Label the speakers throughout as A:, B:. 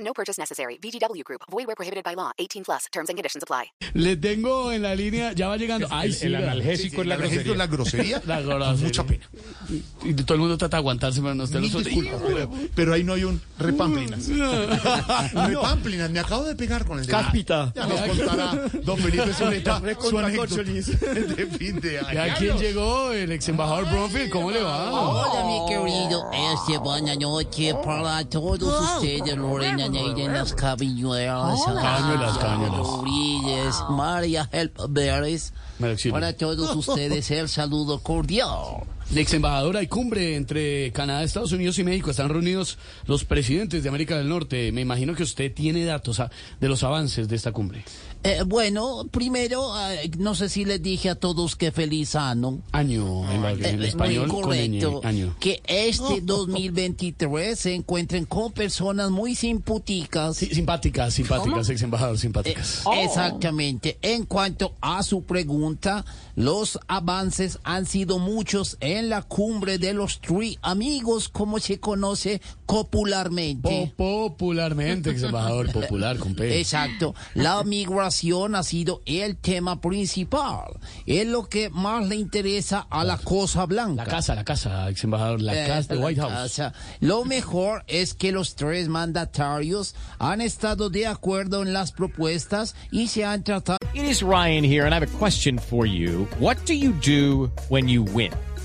A: No purchase necessary. VGW Group. Void where prohibited by law. 18 plus. Terms and conditions apply.
B: Le tengo en la línea, ya va llegando. Ay,
C: el,
B: sí,
C: el
B: la-
C: analgésico es la grosería.
D: la grosería.
B: la grosería.
D: Mucha pena.
B: Y todo el mundo trata de aguantarse, pero no usted lo
D: Mil
B: suelta.
D: disculpas, pero, pero ahí no hay un repamplinas. repamplinas, me acabo de pegar con el dedo.
E: Cáspita.
D: Ya nos contará don Felipe Zuleta su
E: Recontra
D: anécdota
E: Cocholis.
D: de fin de año.
B: ¿A quién llegó? El ex embajador Bronfield, ¿cómo le va?
F: Hola, mi querido. Este buena noche para todos ustedes, Lorena Neide, las cabiñuelas,
B: Cañuelas, cañuelas.
F: Rodríguez, María Helpveres.
B: Me lo exhibo.
F: Para todos ustedes, el saludo cordial.
B: De ex embajador hay cumbre entre Canadá, Estados Unidos y México. Están reunidos los presidentes de América del Norte. Me imagino que usted tiene datos ah, de los avances de esta cumbre.
F: Eh, bueno, primero, eh, no sé si les dije a todos que feliz ano.
B: Año, en, en
F: Eh,
B: español,
F: muy
B: con ñ,
F: correcto.
B: año.
F: Que este 2023 se encuentren con personas muy simputicas.
B: Sí, simpáticas, simpáticas, ex embajador,
F: Eh,
B: simpáticas.
F: Exactamente. En cuanto a su pregunta, los avances han sido muchos en la cumbre de los Three Amigos, como se conoce popularmente.
B: Po- popularmente, ex embajador, popular, con P.
F: Exacto. La migración ha sido el tema principal. Es lo que más le interesa a la Cosa Blanca.
B: La casa, la casa, ex embajador, la
F: Eh,
B: casa de
F: la
B: White House.
F: casa. Lo mejor es que los tres mandatarios han estado de acuerdo en las propuestas y se han tratado
E: It is Ryan here, and I have a question for you. What do you do when you win?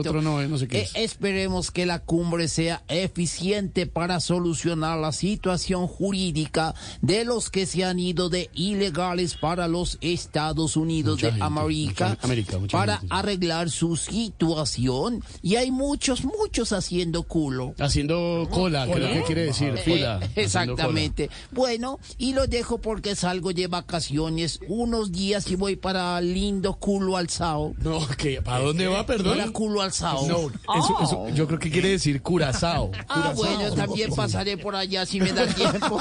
B: Es otro no, eh, no sé qué
F: Eh,
B: es.
F: Esperemos que la cumbre sea eficiente para solucionar la situación jurídica de los que se han ido de ilegales para los Estados Unidos
B: Mucha
F: de
B: gente,
F: América,
B: mucha- América, mucha
F: para
B: gente, sí.
F: arreglar su situación. Y hay muchos, muchos haciendo culo.
B: Haciendo cola, creo que quiere decir, fila.
F: Eh,
B: haciendo
F: exactamente. Bueno, y lo dejo porque salgo de vacaciones unos días y voy para lindo culo alzao.
B: cola. No, que ¿para dónde va, perdón?
F: Para culo alzao.
B: No, eso,
F: Oh.
B: eso, yo creo que quiere decir curazao.
F: Ah, bueno, también pasaré por allá si me da tiempo.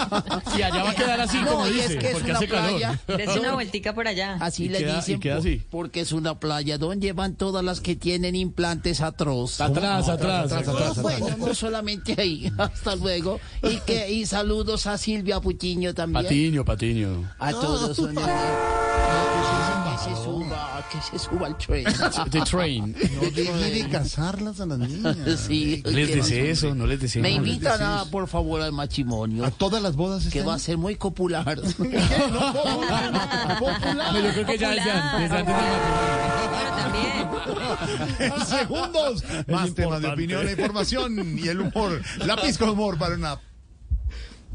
B: Y allá va a quedar así,
F: No,
B: como
F: y es
B: dice,
F: que es
B: porque
F: una
B: hace calor.
F: playa.
G: Dese una vueltica por allá.
F: Así
B: Y
F: le
B: queda-
F: dicen
B: y queda
F: po-
B: así.
F: porque es una playa donde van todas las que tienen implantes atroz.
B: Atrás, atrás,
F: No,
B: atrás.
F: bueno, no solamente ahí. Hasta luego. Y que y saludos a Silvia Putiño también.
B: Patiño, patiño.
F: A todos. un- Que se suba, que se suba al tren.
B: The train.
D: No deje de casarlas a las niñas.
F: Sí,
B: Les
F: que-
B: dice eso, no les dice
F: Me
B: eso.
F: invitan a, por favor, al matrimonio,
D: A todas las bodas
F: que
D: están-
F: va a ser muy popular.
B: No, yo creo que ya, ya, desde antes del matrimonio.
G: Bueno, también.
D: en segundos. Más temas de opinión, la información y el humor. La pizca de humor para una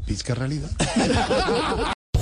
D: pizca realidad.